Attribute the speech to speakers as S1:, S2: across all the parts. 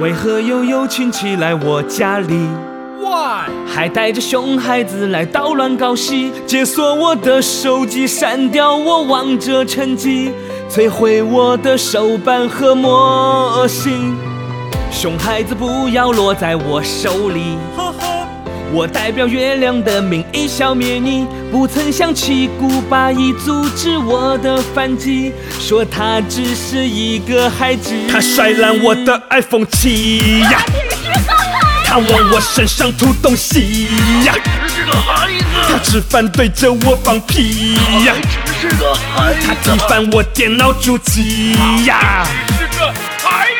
S1: 为何又有亲戚来我家里？
S2: Why？
S1: 还带着熊孩子来捣乱搞事，解锁我的手机，删掉我王者成绩，摧毁我的手办和模型。熊孩子不要落在我手里，
S2: 呵呵，
S1: 我代表月亮的名义消灭你。不曾想起古巴已阻止我的反击，说他只是一个孩子。
S2: 他摔烂我的 iPhone 七呀，他往我身上吐东西呀，
S3: 是个孩
S2: 他
S3: 子，
S2: 只反对着我放屁呀，
S3: 只是个孩子，
S2: 他踢翻我电脑主机呀。
S3: 是个孩子。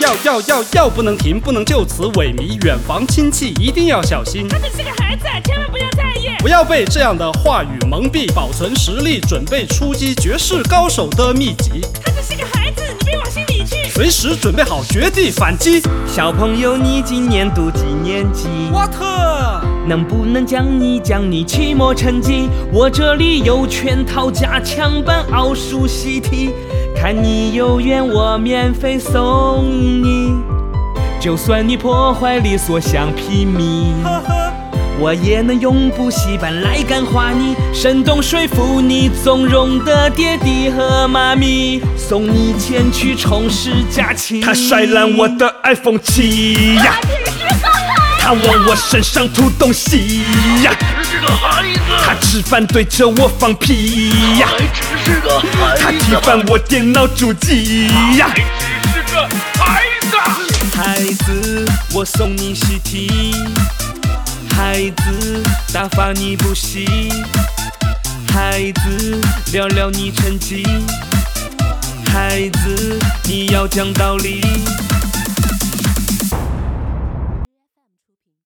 S4: 要要要要不能停，不能就此萎靡，远房亲戚一定要小心，
S5: 他只是个孩子，千万不要在意。
S4: 不要被这样的话语蒙蔽，保存实力，准备出击绝世高手的秘籍，
S5: 他只是个孩子，你别往心里去。
S4: 随时准备好绝地反击。
S1: 小朋友，你今年读几年级？
S4: What？
S1: 能不能讲一讲你期末成绩？我这里有全套加强版奥数习题，看你有缘，我免费送你。就算你破坏力所向披靡，我也能永不洗版来感化你，生动说服你纵容的爹地和妈咪，送你前去重拾假期。
S2: 他摔烂我的 iPhone 七呀，他往我身上吐东西呀，
S3: 只是个孩
S2: 他
S3: 子，
S2: 只反对着我放屁呀，
S3: 还只是个
S2: 他
S3: 孩
S2: 踢
S3: 子，
S2: 翻我电脑主机呀。
S3: 只是个孩子。
S1: 孩子，我送你习题。孩子，打发你补习。孩子，聊聊你成绩。孩子，你要讲道理。